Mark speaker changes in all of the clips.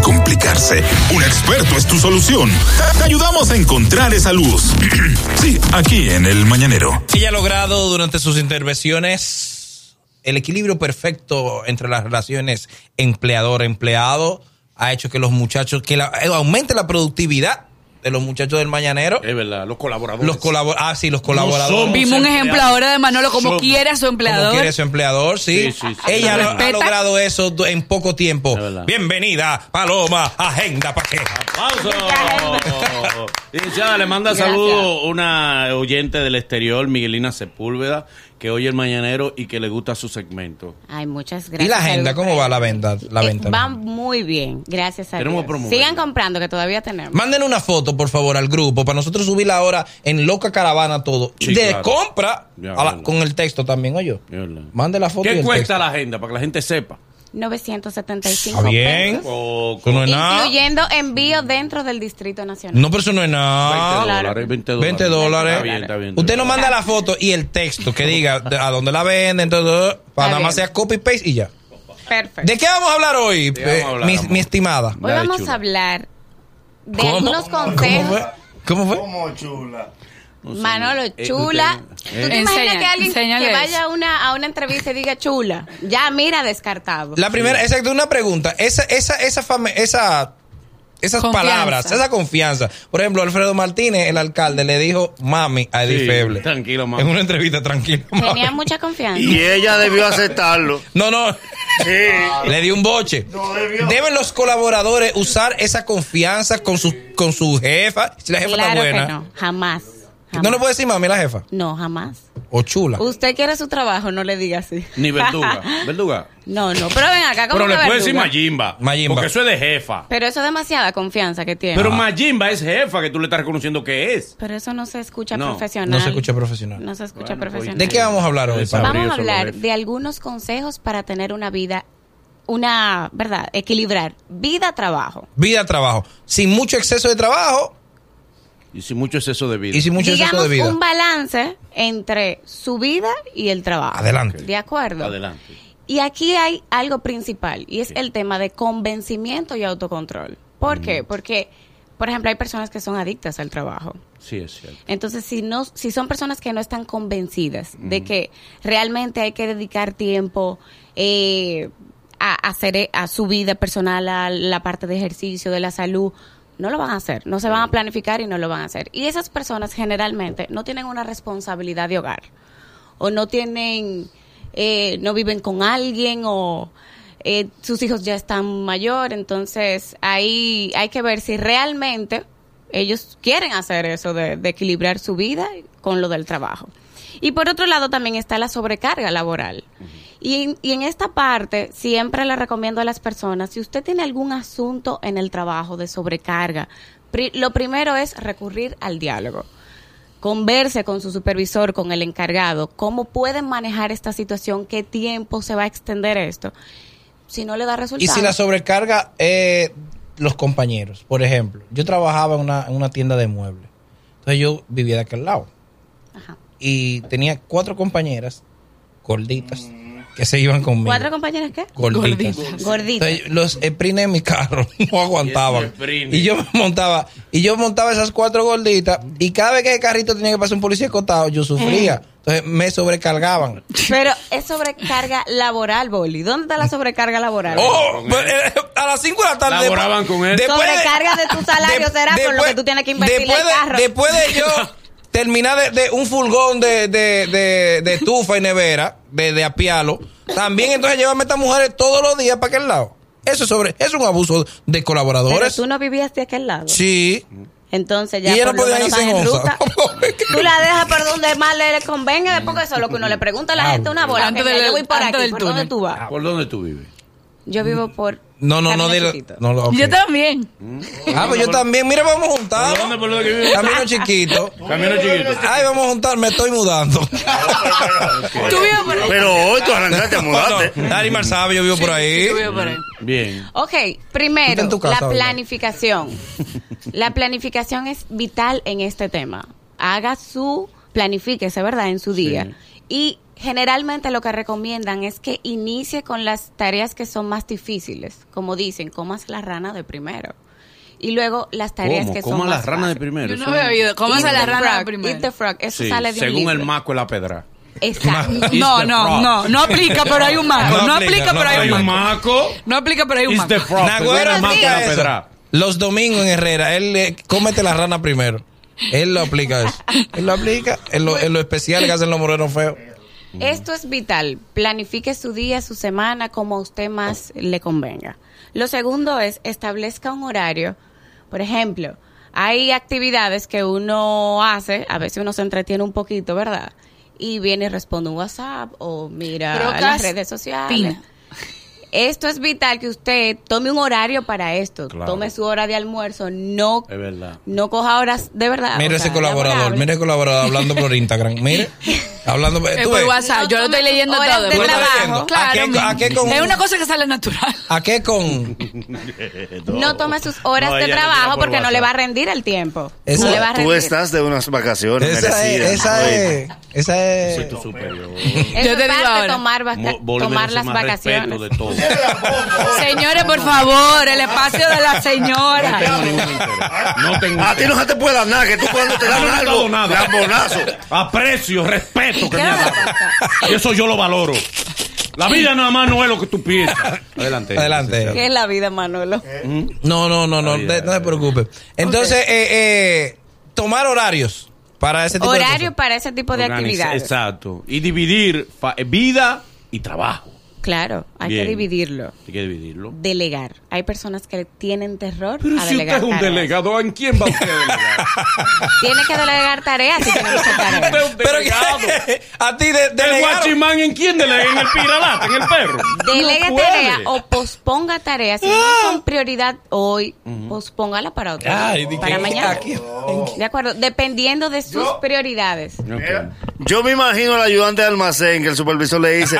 Speaker 1: complicarse. Un experto es tu solución. Te ayudamos a encontrar esa luz. sí, aquí en el mañanero.
Speaker 2: Ella ha logrado durante sus intervenciones el equilibrio perfecto entre las relaciones empleador-empleado. Ha hecho que los muchachos, que la- eh, aumente la productividad de los muchachos del mañanero.
Speaker 3: Es verdad, los colaboradores.
Speaker 2: Los colaboradores. Ah, sí, los colaboradores.
Speaker 3: somos
Speaker 4: Vimos un
Speaker 3: empleados.
Speaker 4: ejemplo ahora de Manolo, como
Speaker 3: Somos.
Speaker 4: quiere a su
Speaker 2: Como
Speaker 4: empleador.
Speaker 2: quiere su empleador, sí.
Speaker 3: Sí, sí, sí.
Speaker 2: Ella
Speaker 4: Lo
Speaker 2: lo- ha
Speaker 4: respeta.
Speaker 2: logrado eso du- en poco tiempo.
Speaker 3: Es verdad.
Speaker 2: Bienvenida, Paloma, Agenda
Speaker 3: Ah,
Speaker 2: Paqueja.
Speaker 3: ¡Aplausos! Licenciada, le manda saludos una oyente del exterior, Miguelina Sepúlveda, que oye el mañanero y que le gusta su segmento.
Speaker 5: Ay, muchas gracias.
Speaker 2: ¿Y la agenda? ¿Cómo va la venta? La
Speaker 5: Eh,
Speaker 2: venta?
Speaker 5: va muy bien, gracias a
Speaker 3: Tenemos que
Speaker 5: Dios.
Speaker 3: promoverla.
Speaker 5: Sigan comprando, que todavía tenemos.
Speaker 2: Manden una foto, por favor, al grupo para nosotros subirla ahora en Loca Caravana todo.
Speaker 3: Sí,
Speaker 2: de
Speaker 3: claro.
Speaker 2: compra
Speaker 3: Ya,
Speaker 2: a la-
Speaker 3: bueno.
Speaker 2: con el texto también, oye.
Speaker 3: Es verdad.
Speaker 2: Mande la foto y
Speaker 3: ¿Qué
Speaker 2: el
Speaker 3: cuesta
Speaker 2: texto.
Speaker 3: la agenda? Para que la gente sepa.
Speaker 5: 975
Speaker 2: Está bien.
Speaker 5: pesos.
Speaker 2: Eso no es nada.
Speaker 5: Incluyendo envío dentro del Distrito Nacional.
Speaker 2: No, pero eso no es nada.
Speaker 3: 20
Speaker 5: Claro.
Speaker 3: dólares, 20 dólares.
Speaker 2: 20 dólares.
Speaker 3: Está bien, está bien.
Speaker 2: Usted nos manda la foto y el texto que diga de- a dónde la venden, todo, todo, para
Speaker 5: Está
Speaker 2: nada más
Speaker 5: bien.
Speaker 2: sea copy paste y ya.
Speaker 5: Perfecto.
Speaker 2: ¿De qué vamos a hablar hoy,
Speaker 3: qué vamos a
Speaker 2: eh,
Speaker 3: hablar,
Speaker 2: mi,
Speaker 3: amor?
Speaker 2: mi estimada?
Speaker 5: Hoy
Speaker 3: Dale,
Speaker 5: vamos
Speaker 3: chula.
Speaker 5: a hablar de
Speaker 2: ¿Cómo?
Speaker 5: algunos
Speaker 2: ¿Cómo
Speaker 5: consejos.
Speaker 2: fue? ¿Cómo fue?
Speaker 6: Como chula.
Speaker 3: No sé,
Speaker 5: Manolo,
Speaker 3: eh,
Speaker 5: chula.
Speaker 3: usted-
Speaker 5: ¿Tú
Speaker 3: eh,
Speaker 5: te imaginas
Speaker 4: Enseña,
Speaker 5: que alguien
Speaker 4: enséñale
Speaker 5: que vaya
Speaker 4: eso.
Speaker 5: a una, a una entrevista y diga chula? Ya, mira, descartado.
Speaker 2: La primera, exacto, una pregunta. Esa, esa, esa, fama- esa, esas
Speaker 4: Confianza.
Speaker 2: palabras, esa confianza. Por ejemplo, Alfredo Martínez, el alcalde, le dijo mami a Edith
Speaker 3: Sí,
Speaker 2: Feble.
Speaker 3: tranquilo, mami.
Speaker 2: En una entrevista, tranquilo, mami.
Speaker 5: Tenía mucha confianza.
Speaker 6: Y ella debió aceptarlo. Ah,
Speaker 2: No, no.
Speaker 6: Sí.
Speaker 2: Le dio un boche.
Speaker 6: No debió.
Speaker 2: Deben los colaboradores usar esa confianza con su, con su jefa. Si la jefa
Speaker 5: claro
Speaker 2: está buena.
Speaker 5: que no, jamás.
Speaker 2: no.
Speaker 5: jamás.
Speaker 2: le puede decir mami a la jefa.
Speaker 5: No, jamás.
Speaker 2: O chula.
Speaker 5: Usted quiere su trabajo, no le diga así.
Speaker 3: Ni verduga. ¿Verduga?
Speaker 5: No, no, pero ven acá, ¿cómo
Speaker 3: Pero le
Speaker 5: que
Speaker 3: puede
Speaker 5: verduga?
Speaker 3: decir Mayimba.
Speaker 2: Mayimba.
Speaker 3: Porque eso es de jefa.
Speaker 5: Pero eso es demasiada confianza que tiene.
Speaker 3: Pero
Speaker 5: Pero,
Speaker 3: Mayimba es jefa que tú le estás reconociendo que es.
Speaker 5: eso no se escucha
Speaker 3: No,
Speaker 5: profesional.
Speaker 2: no se escucha profesional.
Speaker 5: No se escucha
Speaker 3: Bueno,
Speaker 5: profesional.
Speaker 2: ¿De qué vamos a hablar hoy, Pablo?
Speaker 5: Vamos a
Speaker 3: Sobre
Speaker 5: hablar
Speaker 3: eso.
Speaker 5: de algunos consejos para tener una vida, una, ¿verdad? Equilibrar vida-trabajo.
Speaker 2: Vida, trabajo. Sin mucho exceso de trabajo
Speaker 3: Y sin mucho exceso de vida.
Speaker 2: y sin mucho exceso
Speaker 5: Digamos
Speaker 2: de vida.
Speaker 5: un balance entre su vida y el trabajo.
Speaker 2: Adelante.
Speaker 5: ¿De acuerdo?
Speaker 3: Adelante.
Speaker 5: Y aquí hay algo principal y es el tema de convencimiento y autocontrol. ¿Por qué? Porque, por ejemplo, hay personas que son adictas al trabajo.
Speaker 3: Sí, es cierto.
Speaker 5: Entonces, si no, si son personas que no están convencidas de que realmente hay que dedicar tiempo eh, a, a hacer eh, a su vida personal, a la parte de ejercicio, de la salud, no lo van a hacer, no se van a planificar y no lo van a hacer. Y esas personas generalmente no tienen una responsabilidad de hogar o no tienen, eh, no viven con alguien o eh, sus hijos ya están mayor, entonces ahí hay que ver si realmente ellos quieren hacer eso de, de equilibrar su vida con lo del trabajo. Y por otro lado también está la sobrecarga laboral. Y, en- y en esta parte siempre le recomiendo a las personas, si usted tiene algún asunto en el trabajo de sobrecarga, pri- lo primero es recurrir al diálogo converse con su supervisor, con el encargado, cómo pueden manejar esta situación, qué tiempo se va a extender esto. Si no le da resultado.
Speaker 2: Y si la sobrecarga eh, los compañeros, por ejemplo, yo trabajaba en una, en una tienda de muebles, entonces yo vivía de aquel lado
Speaker 5: Ajá.
Speaker 2: y tenía cuatro compañeras gorditas que se iban conmigo.
Speaker 5: ¿Cuatro compañeras qué?
Speaker 2: Gorditas.
Speaker 5: Gorditas.
Speaker 2: Entonces, los sprines en mi carro no aguantaban.
Speaker 3: sprines.
Speaker 2: Y yo me montaba, y yo montaba esas cuatro gorditas, y cada vez que el carrito tenía que pasar un policía escotado, yo sufría.
Speaker 5: Eh.
Speaker 2: Entonces me sobrecargaban.
Speaker 5: Pero es sobrecarga laboral, Boli. ¿Dónde está la sobrecarga laboral?
Speaker 2: ¡Oh! eh, A las 5 de la tarde.
Speaker 3: Laboraban con él.
Speaker 5: Sobrecarga de tu salario será por lo que tú tienes que invertirle
Speaker 2: después
Speaker 5: al
Speaker 2: de-
Speaker 5: carro.
Speaker 2: Después de yo terminar de, de un furgón de, de, de, de estufa y nevera, de, de apialo, también entonces llevarme a estas mujeres todos los días para aquel lado. Eso es sobre, es un abuso de
Speaker 5: Pero
Speaker 2: colaboradores.
Speaker 5: tú no vivías de aquel lado.
Speaker 2: Sí.
Speaker 5: Entonces ya
Speaker 2: Y ella
Speaker 5: por
Speaker 2: no
Speaker 5: lo
Speaker 2: podía
Speaker 5: menos
Speaker 2: irse
Speaker 5: estás
Speaker 2: en
Speaker 5: en
Speaker 2: onza.
Speaker 5: ruta. tú la dejas por donde más le convenga, después que eso es lo que uno le pregunta a
Speaker 2: Ah,
Speaker 5: la gente una bola.
Speaker 4: Antes
Speaker 5: que
Speaker 4: del-
Speaker 5: yo voy por
Speaker 4: antes
Speaker 5: aquí,
Speaker 4: del
Speaker 5: ¿por
Speaker 4: túnel.
Speaker 5: dónde tú vas?
Speaker 3: ¿Por dónde tú vives?
Speaker 5: Yo vivo por
Speaker 2: No, no, no,
Speaker 5: Camino
Speaker 2: dile-
Speaker 5: Chiquito.
Speaker 2: no, lo- ok.
Speaker 4: Yo también.
Speaker 2: Ah, pues yo también. Mira, vamos
Speaker 3: ¿Por
Speaker 2: juntados.
Speaker 3: dónde? ¿Por dónde que vives?
Speaker 2: Camino chiquito.
Speaker 3: Camino chiquito.
Speaker 2: Ay, vamos a juntar, me estoy mudando.
Speaker 4: Tú vives por ahí.
Speaker 6: Pero hoy tú arrancaste a mudarte.
Speaker 2: No, Darimar sabe, yo vivo por ahí.
Speaker 4: Tú vives por ahí.
Speaker 3: Bien.
Speaker 5: Ok,
Speaker 2: Está
Speaker 5: primero,
Speaker 2: en tu casa,
Speaker 5: la
Speaker 2: ¿verdad?
Speaker 5: planificación. la planificación es vital en este tema. Haga su, planifíquese, ¿verdad?, en su día. Y generalmente lo que recomiendan es que inicie con las tareas que son más difíciles, como dicen, comas la rana de primero. Y luego las tareas
Speaker 3: ¿Cómo?
Speaker 5: que son
Speaker 3: ¿Cómo a
Speaker 5: más
Speaker 3: las ranas de
Speaker 5: fáciles.
Speaker 3: primero?
Speaker 4: Yo no
Speaker 3: Eso
Speaker 4: había
Speaker 3: es-
Speaker 4: oído. ¿Cómo
Speaker 5: Eat
Speaker 4: se la
Speaker 5: the
Speaker 4: rana
Speaker 5: frog, Eat the
Speaker 4: primero?
Speaker 5: frog. Eso
Speaker 3: Sí,
Speaker 5: sale de un
Speaker 3: según el
Speaker 5: libro.
Speaker 3: maco de la pedra.
Speaker 5: Exacto.
Speaker 4: No,
Speaker 2: the
Speaker 4: no,
Speaker 2: frog.
Speaker 4: no. No aplica, pero hay un maco. No aplica, pero hay un maco.
Speaker 3: maco?
Speaker 4: No aplica, pero hay un
Speaker 3: Is the
Speaker 4: maco.
Speaker 3: frog.
Speaker 2: Nagüero
Speaker 3: el maco de
Speaker 2: aplica
Speaker 3: la
Speaker 2: eso.
Speaker 3: pedra.
Speaker 2: Los domingos en Herrera, él le- cómete la rana primero. Él lo aplica eso. Él lo aplica en lo, en lo especial que hacen los morenos feos.
Speaker 5: Esto es vital. Planifique su día, su semana, como a usted más le convenga. Lo segundo es establezca un horario. Por ejemplo, hay actividades que uno hace, a veces uno se entretiene un poquito, ¿verdad? Y viene y responde un WhatsApp o mira las redes sociales.
Speaker 4: Pina.
Speaker 5: Esto es vital que usted tome un horario para esto.
Speaker 3: Claro.
Speaker 5: Tome su hora de almuerzo. No,
Speaker 3: Es verdad.
Speaker 5: no coja horas de verdad.
Speaker 2: Mire
Speaker 5: Ah, o
Speaker 2: ese
Speaker 5: sea,
Speaker 2: colaborador,
Speaker 5: laborables.
Speaker 2: mire el colaborador hablando por Instagram. Mire, hablando por.
Speaker 5: Eh,
Speaker 4: Es
Speaker 2: Eh, tú
Speaker 4: por
Speaker 5: pues,
Speaker 2: ves,
Speaker 4: WhatsApp. Yo lo estoy leyendo
Speaker 5: Horas
Speaker 4: todo.
Speaker 5: de
Speaker 4: Por
Speaker 5: trabajo.
Speaker 4: WhatsApp.
Speaker 2: ¿A qué-
Speaker 4: Claro.
Speaker 2: a qué con-
Speaker 4: Es una cosa que sale natural.
Speaker 2: ¿A qué con.?
Speaker 5: No tome sus horas
Speaker 3: No,
Speaker 5: de
Speaker 3: ella no tira
Speaker 5: trabajo
Speaker 3: por
Speaker 5: porque no le
Speaker 3: WhatsApp.
Speaker 5: va a rendir el tiempo.
Speaker 2: Esa-
Speaker 5: no le va a
Speaker 6: Tú
Speaker 5: rendir.
Speaker 6: estás de unas vacaciones
Speaker 2: Esa
Speaker 6: merecidas.
Speaker 2: es. Esa
Speaker 6: oíste.
Speaker 2: es. Esa
Speaker 3: Soy
Speaker 2: es.
Speaker 3: tu superior.
Speaker 5: Eso
Speaker 4: Yo te
Speaker 5: es
Speaker 4: digo
Speaker 5: parte de
Speaker 4: ahora.
Speaker 5: tomar, vaca-
Speaker 3: Mo- volver
Speaker 5: tomar
Speaker 3: ese
Speaker 5: las
Speaker 3: más
Speaker 5: vacaciones.
Speaker 3: respeto de todo.
Speaker 4: Señores, por favor, el espacio de la
Speaker 3: No tengo
Speaker 4: señora.
Speaker 3: ningún interés. No tengo
Speaker 6: A ti no se te puede dar nada, que tú cuando te
Speaker 3: No
Speaker 6: dan
Speaker 3: me han
Speaker 6: algo,
Speaker 3: dado nada.
Speaker 6: lambonazo.
Speaker 3: Aprecio, respeto que me
Speaker 5: ¿Qué
Speaker 3: ha dado. Y eso yo lo valoro. La vida nada más no es lo que tú piensas. Adelante.
Speaker 2: Adelante.
Speaker 5: ¿Qué es la vida, Manolo?
Speaker 2: No, no, no, no,
Speaker 3: Ahí,
Speaker 2: de-
Speaker 3: ahí,
Speaker 2: no se
Speaker 3: ahí.
Speaker 2: preocupe. Entonces, eh, eh, tomar horarios para ese tipo
Speaker 5: Horario
Speaker 2: de
Speaker 5: para ese tipo de
Speaker 3: Organiza-
Speaker 5: actividades.
Speaker 3: Exacto. Y dividir fa- vida y trabajo.
Speaker 5: Claro, hay
Speaker 3: Bien.
Speaker 5: que dividirlo.
Speaker 3: Hay que dividirlo.
Speaker 5: Delegar. Hay personas que tienen terror
Speaker 3: Pero
Speaker 5: a
Speaker 3: si usted
Speaker 5: delegar
Speaker 3: es un
Speaker 5: tareas.
Speaker 3: delegado, ¿en quién va usted a delegar?
Speaker 5: Tiene que delegar tareas si tiene muchas
Speaker 3: Usted
Speaker 5: tareas.
Speaker 3: es un
Speaker 2: Pero
Speaker 3: delegado.
Speaker 2: que, a ti de,
Speaker 3: ¿El
Speaker 2: delegaron.
Speaker 3: guachimán en quién delega? ¿En el piralata? ¿En el perro?
Speaker 5: Delega
Speaker 3: No puede.
Speaker 5: tareas o posponga tareas. Si
Speaker 3: ¡Ah!
Speaker 5: no son prioridad hoy, pospóngala para otro día,
Speaker 2: Ay, di
Speaker 5: para
Speaker 2: que-
Speaker 5: mañana.
Speaker 2: aquí.
Speaker 5: De acuerdo, dependiendo de sus prioridades.
Speaker 6: Mira, Yo me imagino al ayudante de almacén que el supervisor le dice,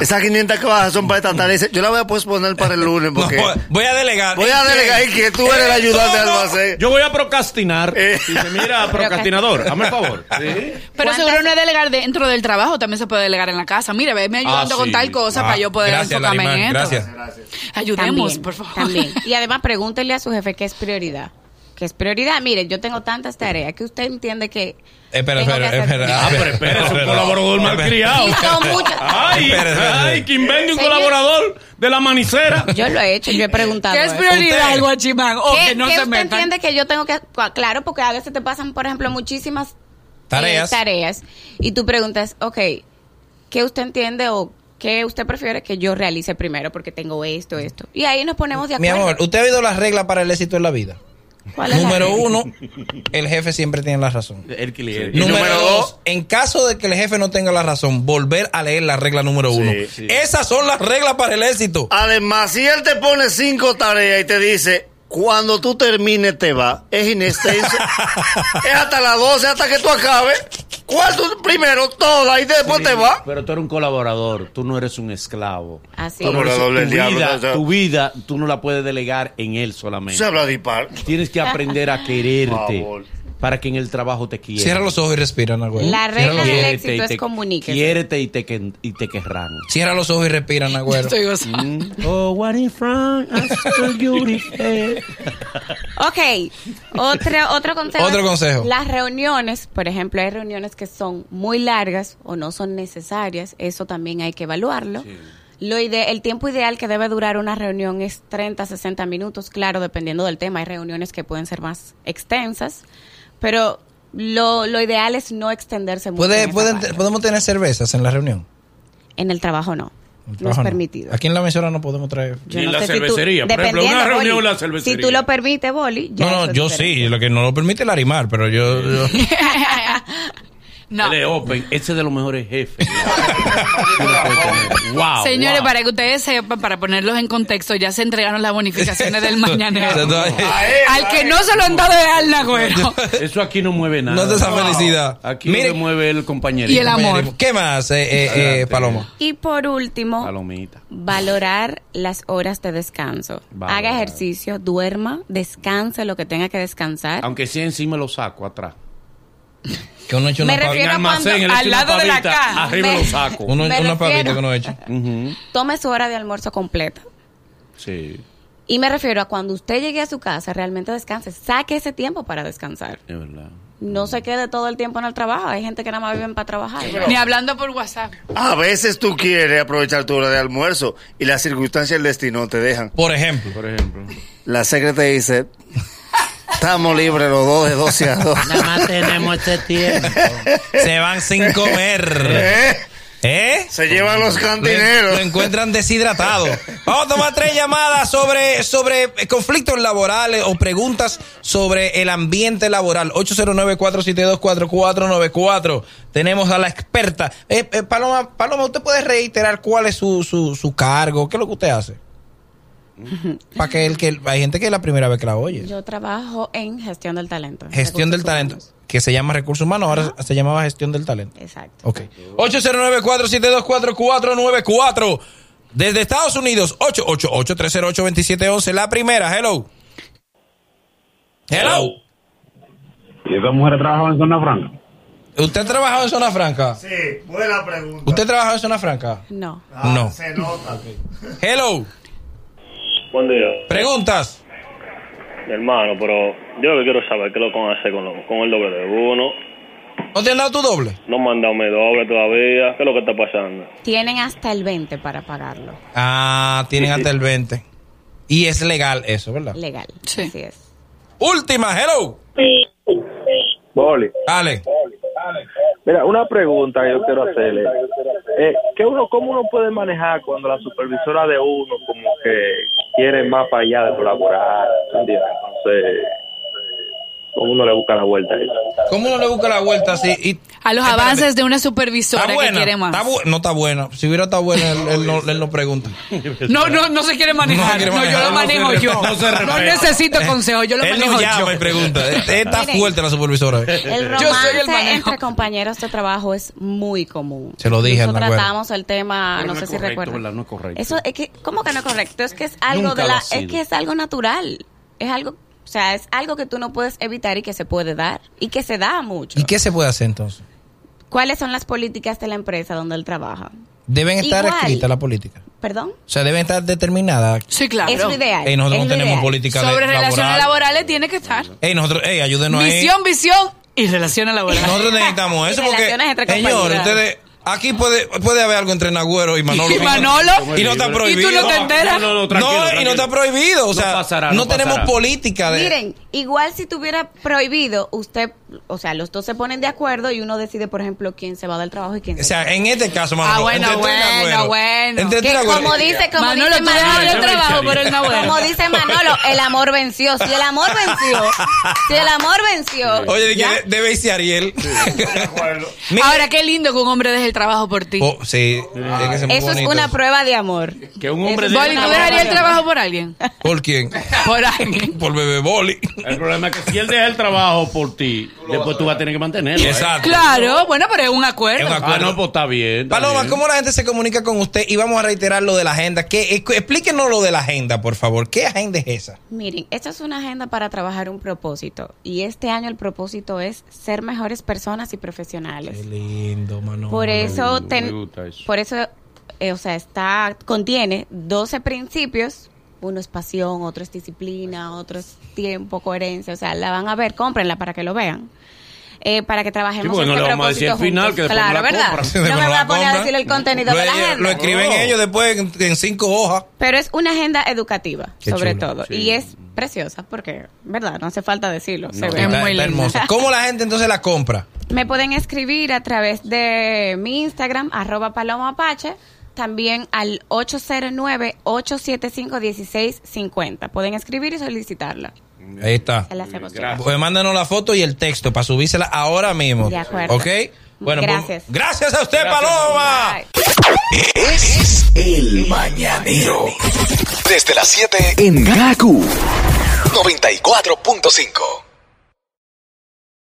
Speaker 6: esas 500 que bajas son para esta tarde. Dice, yo la voy a posponer para el lunes
Speaker 2: No,
Speaker 6: porque
Speaker 2: voy a delegar.
Speaker 6: voy a delegar y que tú eres el ayudante de
Speaker 2: ¿Cómo?
Speaker 6: almacén.
Speaker 3: Yo voy a procrastinar.
Speaker 6: Eh.
Speaker 3: Dice, mira, procrastinador, hazme el favor.
Speaker 4: Pero
Speaker 5: ¿Cuántas-
Speaker 4: seguro no es delegar dentro del trabajo, también se puede delegar en la casa. Mira, me ayudando
Speaker 3: Ah,
Speaker 4: con
Speaker 3: sí.
Speaker 4: tal cosa
Speaker 2: Ah,
Speaker 4: para yo poder
Speaker 2: gracias,
Speaker 4: enfocarme en
Speaker 2: Larimar,
Speaker 4: esto.
Speaker 2: gracias.
Speaker 4: Ayudemos,
Speaker 5: También,
Speaker 4: por favor.
Speaker 5: También. Y además pregúntele a su jefe qué es prioridad. ¿Qué es prioridad? Mire, yo tengo tantas tareas que usted entiende que...
Speaker 2: Espera,
Speaker 5: tengo que
Speaker 2: espera,
Speaker 5: hacer-
Speaker 2: espera.
Speaker 3: Ah, pero espera, es un colaborador malcriado.
Speaker 5: Sí, son muchas.
Speaker 3: Ay,
Speaker 2: Espera, espera,
Speaker 3: ay,
Speaker 2: espera.
Speaker 3: que invente un
Speaker 5: Señor.
Speaker 3: colaborador de la manicera.
Speaker 5: Yo lo he hecho, yo he preguntado.
Speaker 4: ¿Qué es
Speaker 5: eso.
Speaker 4: prioridad,
Speaker 2: Usted.
Speaker 4: el guachimán? O
Speaker 5: ¿Qué-
Speaker 4: que no
Speaker 5: qué
Speaker 4: se
Speaker 5: usted
Speaker 4: metan.
Speaker 5: entiende que yo tengo que... cua- Claro, porque a veces te pasan, por ejemplo, muchísimas
Speaker 2: Tareas.
Speaker 5: eh, tareas. Y tú preguntas, ok, ¿qué usted entiende o qué usted prefiere que yo realice primero? Porque tengo esto, esto. Y ahí nos ponemos de
Speaker 2: Mi
Speaker 5: acuerdo.
Speaker 2: amor, ¿usted ha oído las reglas para el éxito en la vida?
Speaker 5: ¿Cuál es la
Speaker 2: Número
Speaker 5: regla?
Speaker 2: uno, el jefe siempre tiene la razón.
Speaker 3: El cliente.
Speaker 2: Número,
Speaker 6: número
Speaker 2: dos,
Speaker 6: dos.
Speaker 2: en caso de que el jefe no tenga la razón, volver a leer la regla número uno.
Speaker 6: sí. Ah,
Speaker 2: Esas son las reglas para el éxito.
Speaker 6: Además, si él te pone cinco tareas y te dice, cuando tú termines te va, es inextenso. es hasta las 12, hasta que tú acabes. ¿Cuál tú primero? Toda y después te va.
Speaker 3: Pero tú eres un colaborador, tú no eres un esclavo.
Speaker 5: Así
Speaker 6: Como
Speaker 5: es.
Speaker 6: la doble
Speaker 3: tu,
Speaker 6: diablo,
Speaker 3: vida,
Speaker 6: o sea,
Speaker 3: tu vida, tú no la puedes delegar en él
Speaker 6: Se
Speaker 3: solamente.
Speaker 6: habla de par.
Speaker 3: Tienes que aprender a quererte
Speaker 6: favor.
Speaker 3: para que en el trabajo te quieran.
Speaker 2: Cierra los ojos y respira, Nagüero.
Speaker 5: La
Speaker 2: Cierra
Speaker 5: regla
Speaker 2: los
Speaker 5: del
Speaker 2: ojos.
Speaker 3: Quiérete
Speaker 5: éxito
Speaker 3: y
Speaker 5: es
Speaker 3: te-
Speaker 5: comuníquese.
Speaker 3: Quiérete y te, que- y te querrán.
Speaker 2: Cierra los ojos y respira, Nagüero.
Speaker 4: Estoy gozando.
Speaker 3: Oh, what in front? I'm so beautiful.
Speaker 5: Ok, otro, otro consejo.
Speaker 2: Otro
Speaker 5: es
Speaker 2: consejo.
Speaker 5: Las reuniones, por ejemplo, hay reuniones que son muy largas o no son necesarias, eso también hay que evaluarlo. Lo ide- el tiempo ideal que debe durar una reunión es 30, 60 minutos, claro, dependiendo del tema. Hay reuniones que pueden ser más extensas, pero lo, lo ideal es no extenderse mucho.
Speaker 2: ¿Puede-
Speaker 5: en esa
Speaker 2: pueden-
Speaker 5: parte.
Speaker 2: ¿Podemos tener cervezas en la reunión?
Speaker 5: En el trabajo no,
Speaker 2: En el
Speaker 5: no es
Speaker 2: trabajo no.
Speaker 5: permitido.
Speaker 2: Aquí en la emisora no podemos traer.
Speaker 5: Yo
Speaker 3: Ni en la
Speaker 5: sé si tú-
Speaker 3: cervecería, por ejemplo, una
Speaker 5: dependiendo,
Speaker 3: reunión en
Speaker 5: Boli,
Speaker 3: la cervecería.
Speaker 5: Si tú lo permites, Boli, ya
Speaker 2: no,
Speaker 5: eso
Speaker 2: no,
Speaker 5: es
Speaker 2: yo
Speaker 5: diferente.
Speaker 2: sí. Lo que no lo permite es el arimar, pero yo. yo-
Speaker 4: No.
Speaker 3: Él es open. Ese es de los mejores jefes. Tú lo puedes tener. wow.
Speaker 4: Señores,
Speaker 3: wow.
Speaker 4: para que ustedes sepan, para ponerlos en contexto, ya se entregaron las bonificaciones del
Speaker 2: Eso-
Speaker 4: mañanero.
Speaker 2: eso-
Speaker 4: Al que no se lo han dado de al Nagüero.
Speaker 3: Eso aquí no mueve nada.
Speaker 2: No te esa felicidad.
Speaker 3: Aquí
Speaker 2: Mire-
Speaker 3: lo que mueve el compañero.
Speaker 4: Y el amor.
Speaker 2: ¿Qué más, eh, eh, eh,
Speaker 3: Adelante.
Speaker 2: Paloma?
Speaker 5: Y por último,
Speaker 3: Palomita.
Speaker 5: Valorar las horas de descanso.
Speaker 3: Valorar.
Speaker 5: Haga ejercicio, duerma, descanse lo que tenga que descansar.
Speaker 3: Aunque sea encima lo saco atrás.
Speaker 2: Que uno echa
Speaker 5: Me
Speaker 2: una, pa-
Speaker 5: refiero- Era cuando-
Speaker 3: él
Speaker 4: al
Speaker 3: echa una
Speaker 4: lado de la
Speaker 3: pavita,
Speaker 4: caja.
Speaker 3: Arriba
Speaker 5: Me-
Speaker 3: lo saco.
Speaker 2: uno-
Speaker 5: Me
Speaker 2: una pavita
Speaker 5: refiero-
Speaker 2: que uno echa.
Speaker 3: Ujú,
Speaker 5: Tome su hora de almuerzo completa.
Speaker 3: Sí,
Speaker 5: Y me refiero a cuando usted llegue a su casa, realmente descanse. Saque ese tiempo para descansar.
Speaker 3: es verdad.
Speaker 5: No se quede todo el tiempo en el trabajo. Hay gente que nada más viven para trabajar.
Speaker 4: Ni hablando por WhatsApp.
Speaker 6: A veces tú quieres aprovechar tu hora de almuerzo y las circunstancias del destino te dejan.
Speaker 2: Por ejemplo.
Speaker 3: Por ejemplo.
Speaker 6: La secre te dice, estamos libres los dos de 12 a 2.
Speaker 7: Nada más tenemos este tiempo.
Speaker 2: Se van sin comer.
Speaker 6: ¿Eh?
Speaker 2: ¿Eh?
Speaker 6: Se llevan los
Speaker 2: Lo,
Speaker 6: cantineros.
Speaker 2: lo encuentran deshidratado. Vamos a tomar tres llamadas sobre, sobre conflictos laborales o preguntas sobre el ambiente laboral. 809-472-4494. Tenemos a la experta. Eh, eh, Paloma, Paloma, ¿usted puede reiterar cuál es su, su, su cargo? ¿Qué es lo que usted hace? Para que el que hay gente que es la primera vez que la oye.
Speaker 5: Yo trabajo en gestión del talento.
Speaker 2: Gestión del
Speaker 5: Recursos
Speaker 2: talento,
Speaker 5: humanos.
Speaker 2: que se llama recursos humanos, ahora se llamaba gestión del talento.
Speaker 5: Exacto.
Speaker 2: Ok. 809-472-4494. Desde Estados Unidos, 888-308-2711. La primera, hello. Hello.
Speaker 8: ¿Y esas mujeres trabajaban en zona franca?
Speaker 2: ¿Usted ha trabajado en Zona Franca?
Speaker 6: Sí, buena pregunta.
Speaker 2: ¿Usted ha trabajado en Zona Franca?
Speaker 5: No.
Speaker 2: Ah, No.
Speaker 6: Se nota.
Speaker 2: Hello.
Speaker 9: Buen día,
Speaker 2: Preguntas.
Speaker 9: mi hermano, pero yo lo que quiero saber es qué lo con hacer con, lo- con el doble de uno.
Speaker 2: ¿No te han dado tu doble?
Speaker 9: No me han dado mi doble todavía. ¿Qué es lo que está pasando?
Speaker 5: Tienen hasta el 20 para pagarlo.
Speaker 2: Ah, tienen hasta el 20. Y es legal eso, ¿verdad?
Speaker 5: Legal.
Speaker 4: Sí.
Speaker 5: Así es.
Speaker 2: Última, hello.
Speaker 8: Boli,
Speaker 2: Dale.
Speaker 8: mira, una pregunta que yo quiero hacerle. Eh, ¿qué uno, ¿Cómo uno puede manejar cuando la supervisora de uno como que quiere más para allá de colaborar? Entonces, ¿cómo uno le busca la vuelta a eso?
Speaker 2: ¿Cómo uno le busca la vuelta así? Y
Speaker 4: A los
Speaker 2: Espérate.
Speaker 4: avances de una supervisora
Speaker 2: Está
Speaker 4: que
Speaker 2: buena.
Speaker 4: quiere más.
Speaker 2: está bu- no está buena. Si hubiera estado buena, él, él no, él no pregunta.
Speaker 4: No, no, no se quiere
Speaker 2: No se
Speaker 4: manejar.
Speaker 2: quiere
Speaker 4: No, yo
Speaker 2: manejar.
Speaker 4: lo manejo
Speaker 2: No se-
Speaker 4: yo.
Speaker 2: no se
Speaker 4: No
Speaker 2: respeta. Eh,
Speaker 4: necesito consejo, yo lo
Speaker 2: él
Speaker 4: manejo
Speaker 2: no llama y
Speaker 4: yo.
Speaker 2: pregunta. Eh, Está
Speaker 5: Miren.
Speaker 2: fuerte la supervisora.
Speaker 5: El
Speaker 4: Yo soy el
Speaker 5: romance
Speaker 4: manejo.
Speaker 5: entre compañeros de trabajo es muy común.
Speaker 2: Se lo dije,
Speaker 5: Nosotros
Speaker 2: me acuerdo.
Speaker 5: tratamos el tema,
Speaker 3: Pero
Speaker 5: no,
Speaker 3: no
Speaker 5: sé
Speaker 3: es
Speaker 5: si
Speaker 3: correcto,
Speaker 5: recuerdan.
Speaker 3: ¿verdad? No es correcto.
Speaker 5: Eso es que cómo que no es correcto, es que es algo
Speaker 3: Nunca
Speaker 5: de
Speaker 3: lo
Speaker 5: la
Speaker 3: ha
Speaker 5: es
Speaker 3: sido.
Speaker 5: que es algo natural. Es algo, o sea, es algo que tú no puedes evitar y que se puede dar y que se da mucho.
Speaker 2: ¿Y qué se puede hacer entonces?
Speaker 5: ¿Cuáles son las políticas de la empresa donde él trabaja?
Speaker 2: Deben estar
Speaker 5: Igual.
Speaker 2: escritas las políticas.
Speaker 5: ¿Perdón?
Speaker 2: O sea, deben estar determinadas.
Speaker 4: Sí, claro.
Speaker 5: Es lo ideal.
Speaker 2: Ey, nosotros
Speaker 5: es
Speaker 2: no
Speaker 5: lo
Speaker 2: tenemos
Speaker 5: ideal.
Speaker 2: política de-
Speaker 4: Sobre relaciones
Speaker 2: laboral.
Speaker 4: laborales tiene que estar.
Speaker 2: Ey, nosotros, ey, ayúdenos ahí.
Speaker 4: Visión, visión y relaciones laborales.
Speaker 2: Nosotros necesitamos
Speaker 5: Y
Speaker 2: eso porque,
Speaker 5: relaciones entre
Speaker 2: señor,
Speaker 5: compañeras.
Speaker 2: ustedes, aquí puede, puede haber algo entre Nagüero y Manolo.
Speaker 4: Y Manolo.
Speaker 2: Y no está
Speaker 3: Y tú
Speaker 2: prohibido.
Speaker 4: no te enteras.
Speaker 3: No, no, no, tranquilo,
Speaker 2: No, y no
Speaker 3: tranquilo.
Speaker 2: está prohibido. O
Speaker 3: No
Speaker 2: sea, no,
Speaker 3: pasará, no
Speaker 2: tenemos
Speaker 3: pasará.
Speaker 2: política de...
Speaker 5: Miren, igual si tuviera prohibido, usted, o sea, los dos se ponen de acuerdo y uno decide, por ejemplo, quién se va del trabajo y quién
Speaker 2: O
Speaker 5: se queda.
Speaker 2: sea, en este caso, Manolo.
Speaker 4: Ah, bueno,
Speaker 2: entre tú y
Speaker 4: bueno,
Speaker 2: Nagüero,
Speaker 4: bueno.
Speaker 2: entre tú y
Speaker 5: Que
Speaker 2: Nagüero,
Speaker 5: como dice, como
Speaker 4: Manolo,
Speaker 5: dice
Speaker 4: tú dejaste el
Speaker 5: Manolo,
Speaker 4: trabajo por el
Speaker 5: como
Speaker 4: Nahuel.
Speaker 5: dice Manolo, el amor venció. Si el amor venció, si el amor venció.
Speaker 2: Oye, de, que
Speaker 5: ¿ya?
Speaker 2: de- debe irse Ariel. Mira,
Speaker 4: Ahora, qué lindo que un hombre deje el trabajo por ti.
Speaker 2: oh, sí, tiene que ser muy
Speaker 5: Eso es
Speaker 2: bonito.
Speaker 5: una prueba de amor.
Speaker 3: Que un hombre
Speaker 5: Eso
Speaker 3: de-
Speaker 4: Boli, ¿tú dejarías el trabajo por alguien?
Speaker 2: ¿Por quién?
Speaker 4: Por alguien.
Speaker 2: Por bebé boli.
Speaker 3: El problema es que si él deja el trabajo por ti, después tú vas a tener que mantenerlo. ¿eh?
Speaker 2: Exacto.
Speaker 4: Claro, bueno, pero es un acuerdo.
Speaker 2: Es un
Speaker 3: Ah, no, pues está bien. está
Speaker 2: Paloma,
Speaker 3: bien.
Speaker 2: ¿cómo la gente se comunica con usted? Y vamos a reiterar lo de la agenda. ¿Qué, eh, Explíquenos lo de la agenda, por favor. ¿Qué agenda es esa?
Speaker 5: Miren, esta es una agenda para trabajar un propósito. Y este año el propósito es ser mejores personas y profesionales.
Speaker 2: lindo, Manolo.
Speaker 5: Por eso,
Speaker 3: me
Speaker 5: ten-
Speaker 3: gusta eso.
Speaker 5: por eso, eh, o sea, está contiene 12 principios. Uno es pasión, otro es disciplina, otro es tiempo, coherencia. O sea, la van a ver, cómprenla para que lo vean. Eh, para que trabajemos
Speaker 3: Sí, porque no
Speaker 5: este
Speaker 3: le vamos a decir
Speaker 5: propósito
Speaker 3: al final,
Speaker 5: juntos.
Speaker 3: que después
Speaker 5: Claro,
Speaker 3: no la
Speaker 5: ¿verdad?
Speaker 3: compran.
Speaker 5: No me voy a poner a decir el contenido
Speaker 2: lo,
Speaker 5: de la
Speaker 2: ellos- Lo
Speaker 5: agenda.
Speaker 2: escriben
Speaker 3: No.
Speaker 2: ellos después en, en cinco hojas.
Speaker 5: Pero es una agenda educativa,
Speaker 2: Qué
Speaker 5: sobre
Speaker 2: chulo,
Speaker 5: todo.
Speaker 3: sí.
Speaker 5: Y es preciosa porque, ¿verdad? No hace falta decirlo. se
Speaker 3: No.
Speaker 5: ve.
Speaker 4: Es
Speaker 2: Está-
Speaker 4: muy
Speaker 2: está
Speaker 4: lindo.
Speaker 2: hermoso. ¿Cómo la gente entonces la compra?
Speaker 5: Me pueden escribir a través de mi Instagram, arroba paloma apache, también al 809-875-1650. Pueden escribir y solicitarla.
Speaker 2: Ahí está.
Speaker 5: Se la hacemos
Speaker 3: Gracias.
Speaker 5: llegar.
Speaker 2: Pues mándanos la foto y el texto para subírsela ahora mismo.
Speaker 5: De acuerdo.
Speaker 2: ¿Ok? Bueno, pues,
Speaker 5: Gracias.
Speaker 2: gracias a usted, Paloma.
Speaker 5: Bye.
Speaker 10: El Mañanero. Desde las 7 en Gaku 94.5.